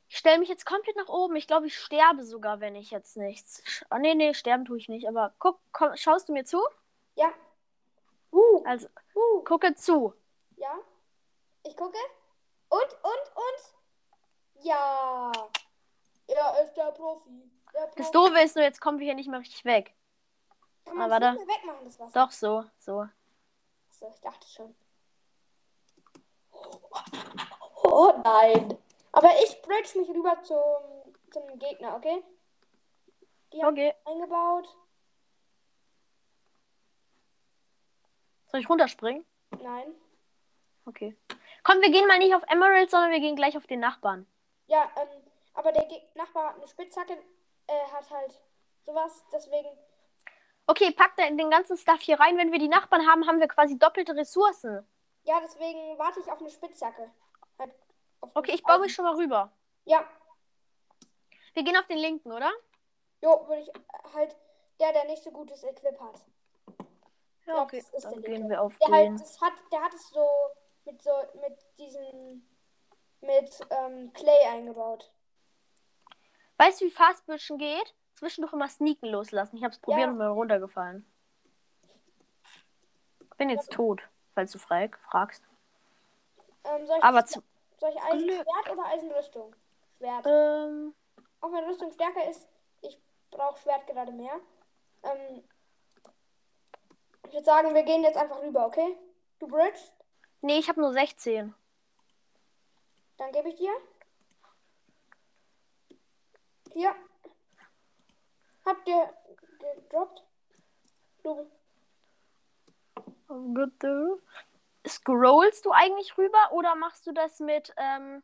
Ich stelle mich jetzt komplett nach oben. Ich glaube, ich sterbe sogar, wenn ich jetzt nichts. Sch- Oh, nee, nee, sterben tue ich nicht. Aber guck, komm, schaust du mir zu? Ja. Uh, Also, uh. gucke zu. Ja. Ich gucke. Und, und, und. Ja. Er ist der Profi. Der Profi. Das Doofe ist nur, jetzt kommen wir hier nicht mehr richtig weg. Kann man Ah, das warte. nicht mehr wegmachen, das Wasser. Doch, so, so. So, ich dachte schon. Oh nein. Aber ich bridge mich rüber zum, zum Gegner, okay? Die haben Okay. eingebaut. Soll ich runterspringen? Nein. Okay. Komm, wir gehen mal nicht auf Emerald, sondern wir gehen gleich auf den Nachbarn. Ja, ähm, aber der Geg Nachbar hat eine Spitzhacke, äh, hat halt sowas, deswegen. Okay, pack da den ganzen Stuff hier rein. Wenn wir die Nachbarn haben, haben wir quasi doppelte Ressourcen. Ja, deswegen warte ich auf eine Spitzhacke. Halt auf Okay, mich ich baue auf. mich schon mal rüber. Ja, Wir gehen auf den linken, oder? jo, würde ich äh, halt der, der nicht so gutes Equip hat. Ja, das ist Dann der linke. gehen wir auf Der halt, den. das hat, der hat es so mit so mit diesem mit ähm, Clay eingebaut. Weißt du, wie fast Bitchen geht? Zwischendurch immer sneaken loslassen. Ich hab's probiert Ja. und bin runtergefallen. Bin jetzt tot, falls du frag, fragst. Ähm, soll ich, Aber zu, soll ich Eisenschwert oder Eisenrüstung? Schwert. ähm, Auch wenn Rüstung stärker ist, ich brauche Schwert gerade mehr. Ähm, ich würde sagen, wir gehen jetzt einfach rüber, okay? Du Bridge, nee, ich habe nur 16. dann gebe ich dir. Hier. Habt ihr gedroppt? Du. Scrollst du eigentlich rüber oder machst du das mit, ähm,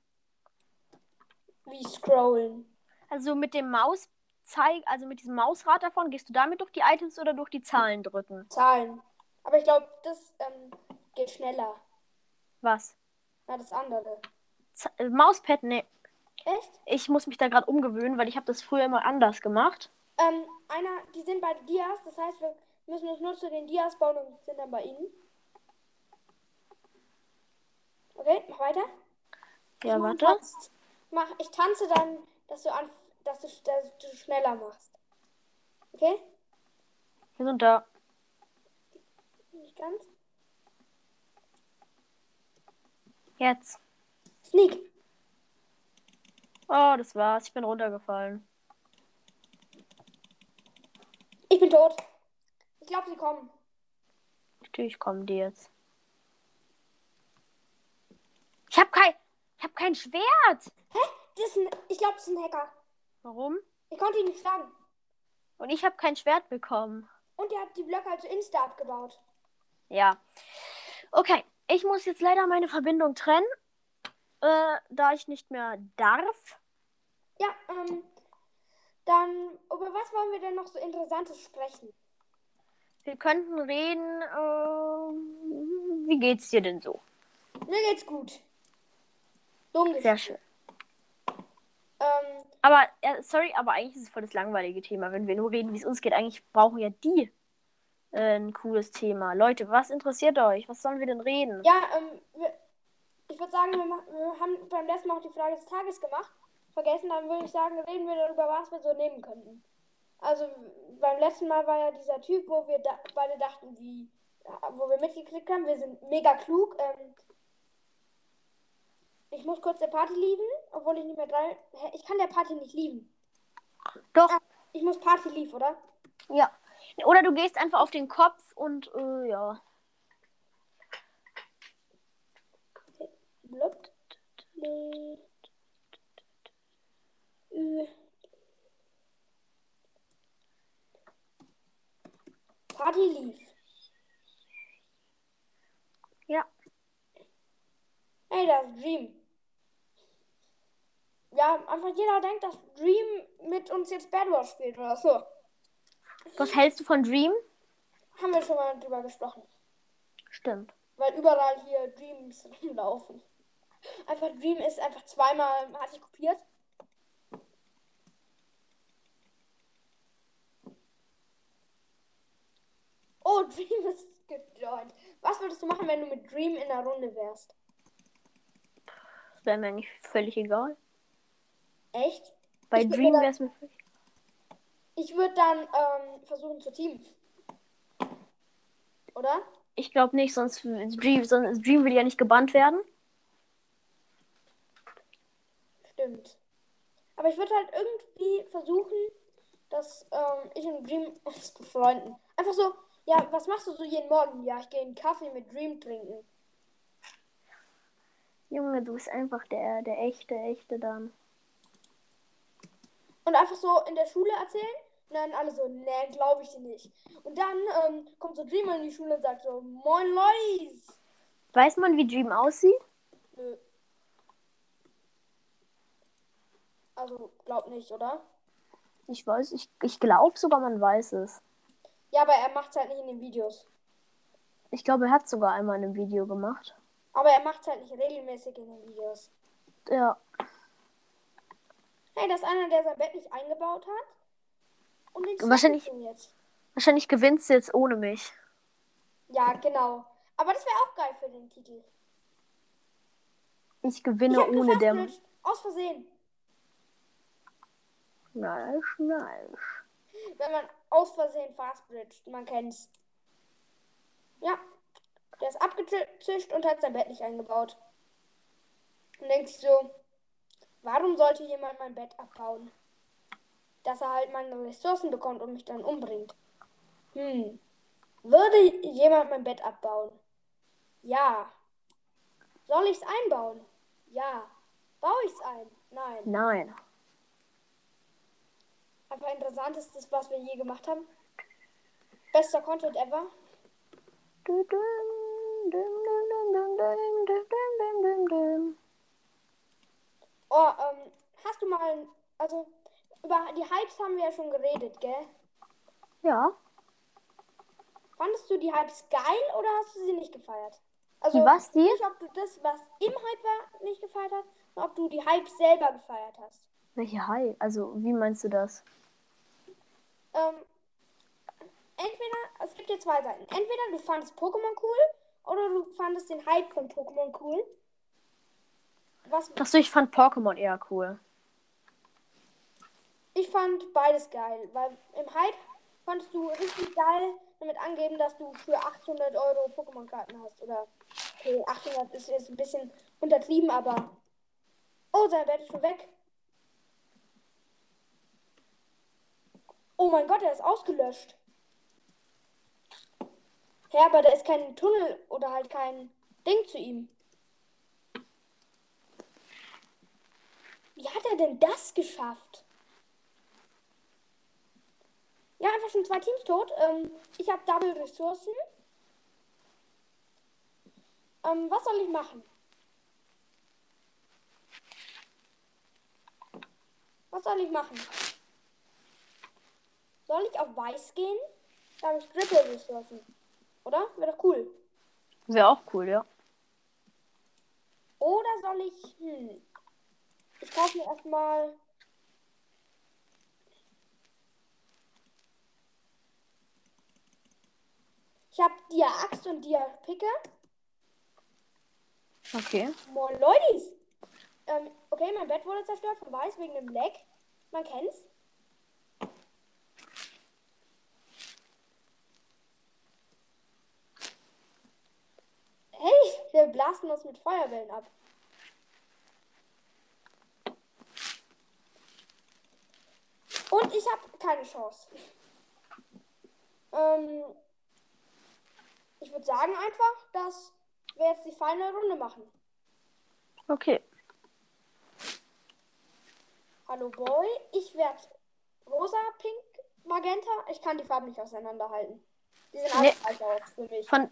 Wie scrollen? also mit dem Mauszeig, also mit diesem Mausrad davon? Gehst du damit durch die Items oder durch die Zahlen drücken? Zahlen. Aber ich glaube, das ähm, geht schneller. Was? Na, das andere. Z äh, Mauspad? Nee. Echt? Ich muss mich da gerade umgewöhnen, weil ich habe das früher immer anders gemacht. Ähm, einer, die sind bei Dias, das heißt, wir müssen uns nur zu den Dias bauen und sind dann bei ihnen. Okay, mach weiter. Ja, mach, warte. Tanz- Mach, ich tanze dann, dass du, an, dass du, dass du schneller machst. Okay? Hier sind da. Nicht ganz. Jetzt. Sneak. Oh, das war's. Ich bin runtergefallen. Ich bin tot. Ich glaube, sie kommen. Natürlich kommen die jetzt. Ich habe kein. Ich habe kein Schwert. Das ist ein, ich glaube, das ist ein Hacker. Warum? Ich konnte ihn nicht schlagen. Und ich habe kein Schwert bekommen. Und er hat die Blöcke also insta abgebaut. Ja. Okay, ich muss jetzt leider meine Verbindung trennen, äh, da ich nicht mehr darf. Ja, ähm, dann, über was wollen wir denn noch so Interessantes sprechen? Wir könnten reden. ähm, wie geht's dir denn so? Mir geht's gut. Dunkel. Sehr schön. Ähm, Aber äh, sorry, aber eigentlich ist es voll das langweilige Thema, wenn wir nur reden, wie es uns geht. Eigentlich brauchen ja die äh, ein cooles Thema. Leute, was interessiert euch? Was sollen wir denn reden? Ja, ähm, wir, ich würde sagen, wir, ma- wir haben beim letzten Mal auch die Frage des Tages gemacht. Vergessen, dann würde ich sagen, reden wir darüber, was wir so nehmen könnten. Also beim letzten Mal war ja dieser Typ, wo wir da, beide dachten, wie, wo wir mitgekriegt haben, wir sind mega klug. Ähm, ich muss kurz der Party lieben, obwohl ich nicht mehr drei. Hä, Ich kann der Party nicht lieben. Doch, Ich muss Party lieben, oder? ja. Oder du gehst einfach auf den Kopf und äh, ja. Blub. Nee. Ü. Party lief. Ja. Ey, das ist Dream. Ja, einfach jeder denkt, dass Dream mit uns jetzt Bad Wars spielt oder so. Was hältst du von Dream? Haben wir schon mal drüber gesprochen. Stimmt. Weil überall hier Dreams [LAUGHS] rumlaufen. Einfach Dream ist einfach zweimal, hat sich kopiert. Oh, [LAUGHS] Dream ist gejoint. Was würdest du machen, wenn du mit Dream in der Runde wärst? Das wäre mir eigentlich völlig egal. Echt? Bei Ich bin Dream aber- wäre es mir völlig Ich würde dann ähm, versuchen zu teamen. Oder? Ich glaube nicht, sonst Dream, sonst Dream will ja nicht gebannt werden. Stimmt. Aber ich würde halt irgendwie versuchen, dass ähm, ich und Dream [LAUGHS] uns befreunden. Einfach so, ja, was machst du so jeden Morgen? Ja, ich gehe einen Kaffee mit Dream trinken. Junge, du bist einfach der, der echte, echte dann. Und einfach so in der Schule erzählen. Und dann alle so, nee, glaube ich dir nicht. Und dann ähm, kommt so Dream in die Schule und sagt so, moin Lois. Weiß man, wie Dream aussieht? Nö. Also, glaub nicht, oder? Ich weiß, ich, ich glaube sogar, man weiß es. Ja, aber er macht's halt nicht in den Videos. Ich glaube, er hat sogar einmal ein Video gemacht. Aber er macht's halt nicht regelmäßig in den Videos. Ja, Hey, das ist einer, der sein Bett nicht eingebaut hat. Und den Wahrscheinlich- Schreibtisch jetzt. wahrscheinlich gewinnst du jetzt ohne mich. Ja, genau. Aber das wäre auch geil für den Titel. Ich Ich gewinne hab Genau, ohne der. gefackelt. Aus Versehen. Nice, nice. Wenn man aus Versehen fastbridgt. Man kennt's. Ja. Der ist abgezischt und hat sein Bett nicht eingebaut. Und denkt sich so, warum sollte jemand mein Bett abbauen? Dass er halt meine Ressourcen bekommt und mich dann umbringt. Hm. Würde jemand mein Bett abbauen? Ja. Soll ich's einbauen? Ja. Baue ich's ein? Nein. Nein. Aber interessantestes, was wir je gemacht haben. Bester Content ever. Oh, ähm, hast du mal, also über die Hypes haben wir ja schon geredet, gell? Ja, Fandest du die Hypes geil oder hast du sie nicht gefeiert? Also die was die? nicht, ob du das, was im Hype war, nicht gefeiert hast, sondern ob du die Hypes selber gefeiert hast. Welche Hai? Also, wie meinst du das? Ähm, entweder, es gibt ja zwei Seiten. Entweder du fandest Pokémon cool oder du fandest den Hype von Pokémon cool. Was Achso, ich fand Pokémon eher cool. Ich fand beides geil, weil im Hype konntest du richtig geil damit angeben, dass du für 800 Euro Pokémon-Karten hast. Oder, okay, 800 ist jetzt ein bisschen untertrieben, aber. Oh, sein Bett ist schon weg. Oh mein Gott, er ist ausgelöscht. Hä, aber da ist kein Tunnel oder halt kein Ding zu ihm. Wie hat er denn das geschafft? Ja, einfach schon zwei Teams tot. Ähm, ich habe Double Ressourcen. Ähm, was soll ich machen? Was soll ich machen? Soll ich auf Weiß gehen? Da habe ich Triple Ressourcen. Oder? Wäre doch cool. Wäre auch cool, ja. Oder soll ich. Hm. Ich kaufe mir erstmal. habe dir Axt und dir Picke. Okay. Moin, Leutis. Ähm, okay, mein Bett wurde zerstört, ich weiß, wegen dem Lag. Man kennt's. Hey, wir blasen uns mit Feuerbällen ab. Und ich habe keine Chance. Ähm, ich würde sagen einfach, dass wir jetzt die feine Runde machen. Okay. Hallo Boy, ich werde rosa, pink, magenta. Ich kann die Farben nicht auseinanderhalten. Die sind alle Nee. gleich aus für mich. Von.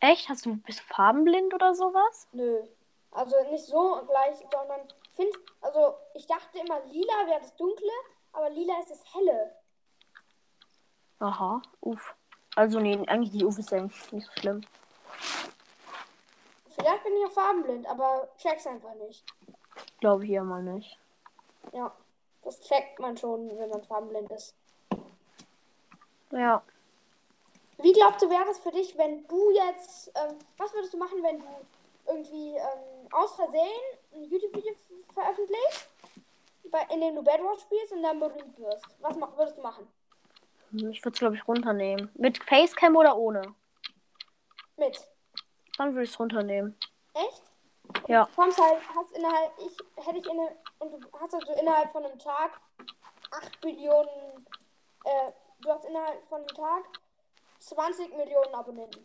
Echt? Hast du, bist du farbenblind oder sowas? Nö. Also nicht so gleich, sondern ich find, also ich dachte immer, lila wäre das Dunkle, aber lila ist das Helle. Aha. Uff. Also, nee, eigentlich die Uff ist eigentlich nicht so schlimm. Vielleicht bin ich auch farbenblind, aber check's einfach nicht. Glaube ich ja mal nicht. Ja, das checkt man schon, wenn man farbenblind ist. Ja. Wie glaubst du, wäre es für dich, wenn du jetzt, ähm, was würdest du machen, wenn du irgendwie ähm, aus Versehen ein YouTube-Video f- veröffentlicht, bei, in dem du Bad Wars spielst und dann berühmt wirst? Was ma- würdest du machen? Hm, Ich würde es, glaube ich, runternehmen. Mit Facecam oder ohne? Mit? Dann würde ich es runternehmen. Echt? Ja. Du kommst halt, hast innerhalb, ich hätte ich innerhalb, und du hast also innerhalb von einem Tag 8 Millionen, äh, du hast innerhalb von einem Tag 20 Millionen Abonnenten.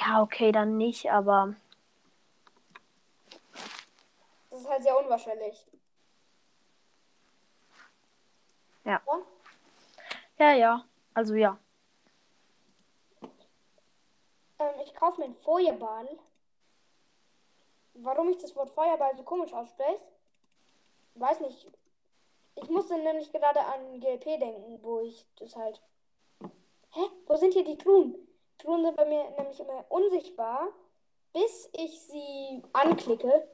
Ja, okay, dann nicht, aber. Das ist halt sehr unwahrscheinlich. Ja. Oder? Ja, ja. Also, ja. Ähm, ich kaufe mir einen Feuerball. Warum ich das Wort Feuerball so komisch ausspreche? Weiß nicht. Ich musste nämlich gerade an GLP denken, wo ich das halt. Hä? Wo sind hier die Truhen? Truhen sind bei mir nämlich immer unsichtbar, bis ich sie anklicke.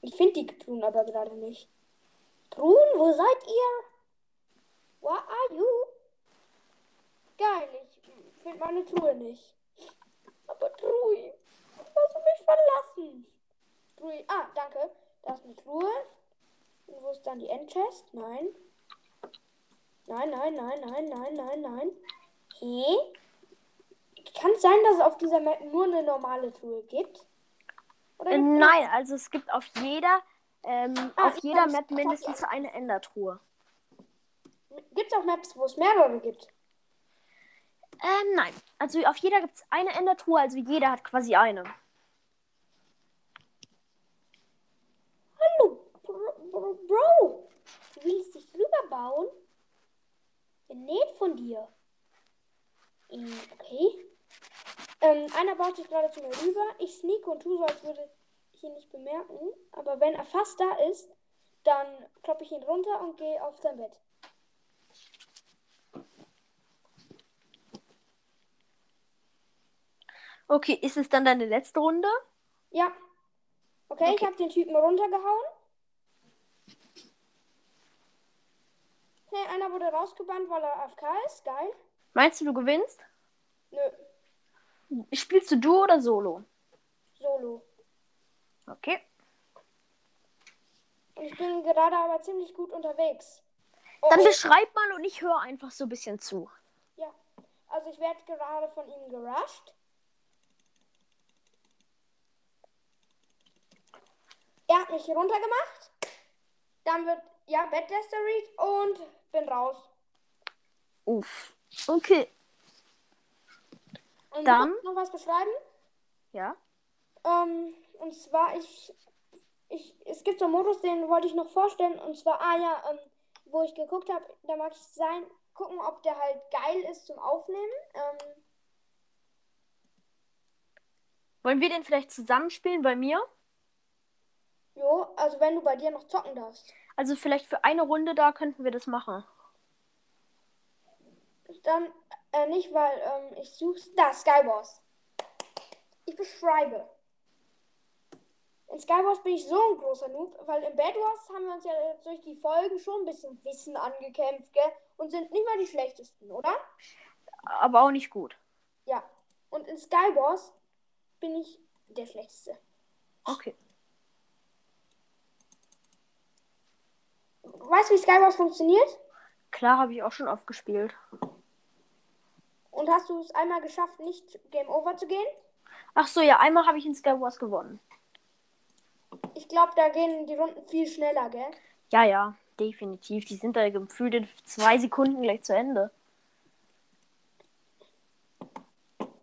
Ich finde die Truhen aber gerade nicht. Truhen, wo seid ihr? Where are you? Geil, ich finde meine Truhe nicht. Aber Trui, hast du mich verlassen? Trui, ah, danke. Da ist eine Truhe. Und wo ist dann die Endchest? Nein. Nein, nein, nein, nein, nein, nein, nein. Hä? Kann es sein, dass es auf dieser Map nur eine normale Truhe gibt? Oder Äh, gibt's eine- Nein, also es gibt auf jeder, ähm, Ah, auf ich jeder hab's- Map ich hab's mindestens eine Endertruhe. Gibt es auch Maps, wo es mehrere gibt? Ähm, nein. Also auf jeder gibt es eine Endertruhe, also jeder hat quasi eine. Hallo, Bro. Bro, Bro. Du willst dich rüberbauen? Genäht von dir. Ähm, Okay. Ähm, einer baut sich gerade zu mir rüber. Ich sneak und tu so, als würde ich ihn nicht bemerken. Aber wenn er fast da ist, dann kloppe ich ihn runter und gehe auf sein Bett. Okay, ist es dann deine letzte Runde? Ja. Okay, ich Okay. habe den Typen runtergehauen. Hey, einer wurde rausgebannt, weil er AFK ist. Geil. Meinst du, du gewinnst? Nö, Spielst du Duo oder Solo? solo. Okay. Und ich bin gerade aber ziemlich gut unterwegs. Oh, Dann oh. beschreib mal und ich höre einfach so ein bisschen zu. Ja. Also ich werde gerade von ihm gerusht. Er hat mich runtergemacht. Dann wird, ja, Bettlesterreed und bin raus. Uff. Okay. Und Dann? ich muss noch was beschreiben. Ja? Ähm, und zwar, ich, ich, es gibt so einen Modus, den wollte ich noch vorstellen. Und zwar, ah ja, ähm, wo ich geguckt habe, da mag ich sein, gucken, ob der halt geil ist zum Aufnehmen. Ähm, Wollen wir den vielleicht zusammenspielen bei mir? Jo, also wenn du bei dir noch zocken darfst. Also vielleicht für eine Runde da könnten wir das machen. Dann äh, nicht, weil ähm, ich such's. Da, Skywars. Ich beschreibe. In Skywars bin ich so ein großer Noob, weil in Bad Wars haben wir uns ja durch die Folgen schon ein bisschen Wissen angekämpft, gell? Und sind nicht mal die schlechtesten, oder? Aber auch nicht gut. Ja. Und in Sky Wars bin ich der Schlechteste. Okay. Weißt du, wie Sky Wars funktioniert? Klar, habe ich auch schon oft gespielt. Und hast du es einmal geschafft, nicht Game Over zu gehen? Ach so, ja, einmal habe ich in Skywars gewonnen. Ich glaube, da gehen die Runden viel schneller, gell? Ja, ja, definitiv. Die sind da gefühlt in zwei Sekunden gleich zu Ende.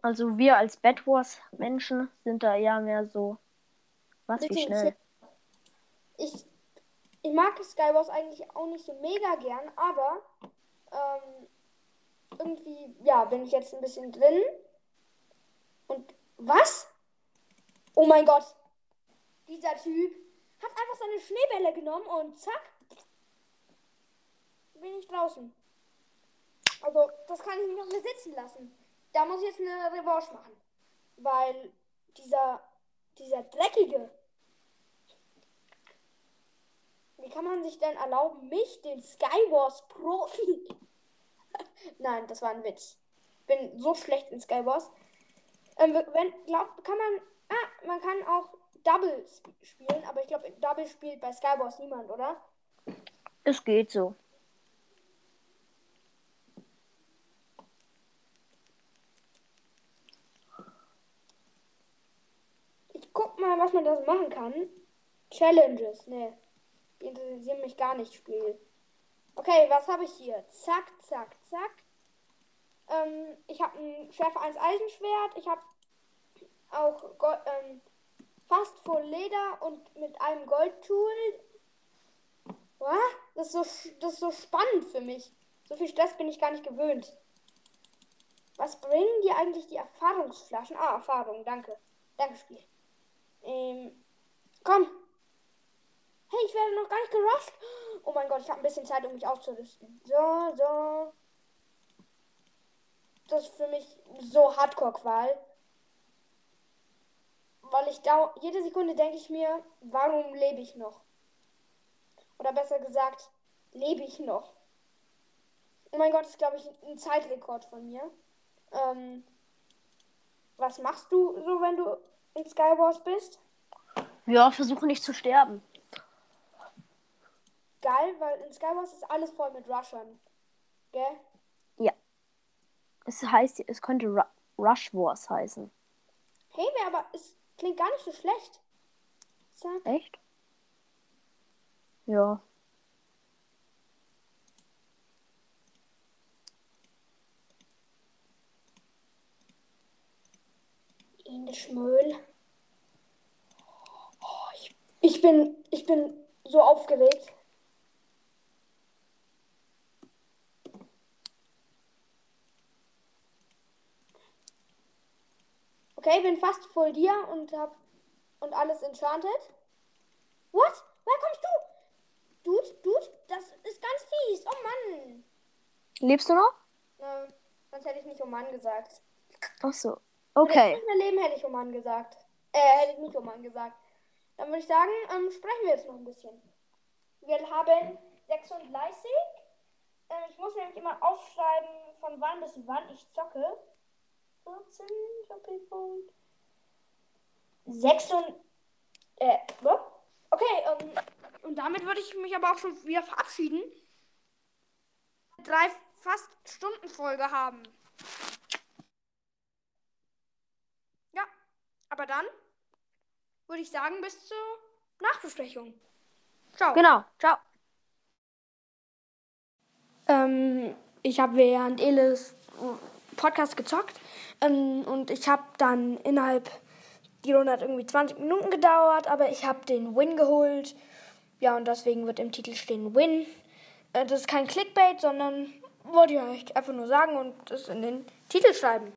Also wir als Bad Wars Menschen sind da eher mehr so. Was, wie Bisschen schnell? Ich, ich mag Skywars eigentlich auch nicht so mega gern, aber ähm, irgendwie, ja, bin ich jetzt ein bisschen drin. Und was? Oh mein Gott. Dieser Typ hat einfach seine Schneebälle genommen und zack, bin ich draußen. Also, das kann ich nicht auf mir sitzen lassen. Da muss ich jetzt eine Revanche machen. Weil dieser, dieser dreckige, wie kann man sich denn erlauben, mich, den Skywars Profi? [LAUGHS] Nein, das war ein Witz. Bin so schlecht in Skywars. Ähm, wenn, glaub, kann man, ah, man kann auch Double sp- spielen, aber ich glaube, Double spielt bei Skywars niemand, oder? Es geht so. Ich guck mal, was man da so machen kann. Challenges, ne. Die interessieren mich gar nicht, Spiel. Okay, was habe ich hier? Zack, zack, zack. Ähm, ich habe ein Schärfe 1 Eisenschwert. Ich habe auch Go ähm, fast voll Leder und mit einem Goldtool. Wah, das, ist so, sch- das ist so spannend für mich. So viel Stress bin ich gar nicht gewöhnt. Was bringen dir eigentlich die Erfahrungsflaschen? Ah, Erfahrung, danke. Danke, Spiel. Ähm, komm. Hey, ich werde noch gar nicht gerusht. Oh mein Gott, ich habe ein bisschen Zeit, um mich aufzurüsten. So, so. Das ist für mich so Hardcore-Qual. Weil ich da, jede Sekunde denke ich mir, warum lebe ich noch? Oder besser gesagt, lebe ich noch? Oh mein Gott, das ist, glaube ich, ein Zeitrekord von mir. Ähm, was machst du so, wenn du in Skywars bist? Ja, versuche nicht zu sterben. Geil, weil in Skywars ist alles voll mit Rushern. Gell? Es heißt, es könnte Ru Rush Wars heißen. Hey, wer aber es klingt gar nicht so schlecht. Zack. Echt? Ja. In der Schmöhl. Oh, ich, ich bin, ich bin so aufgeregt. Okay, bin fast voll dir und hab und alles enchanted. What? Woher kommst du? Dude, Dude, das ist ganz fies. Oh Mann. Lebst du noch? Ähm, sonst hätte ich nicht Oman gesagt. Ach so. Hätte Okay. ich nicht mehr leben, hätte ich Oman gesagt. Äh, hätte ich nicht Oman gesagt. Dann würde ich sagen, ähm, sprechen wir jetzt noch ein bisschen. Wir haben 36. Ähm, ich muss nämlich immer aufschreiben, von wann bis wann ich zocke. 14 Doppelpunkt. 6 und. Äh, wo? okay, ähm, und damit würde ich mich aber auch schon wieder verabschieden. Drei fast Stundenfolge haben. Ja, aber dann würde ich sagen, bis zur Nachbesprechung. Ciao. Genau. Ciao. Ähm, ich habe während Eles Podcast gezockt ähm, und ich habe dann innerhalb, die Runde hat irgendwie 20 Minuten gedauert, aber ich habe den Win geholt. Ja, und deswegen wird im Titel stehen Win. Äh, das ist kein Clickbait, sondern wollte ich euch einfach nur sagen und das in den Titel schreiben.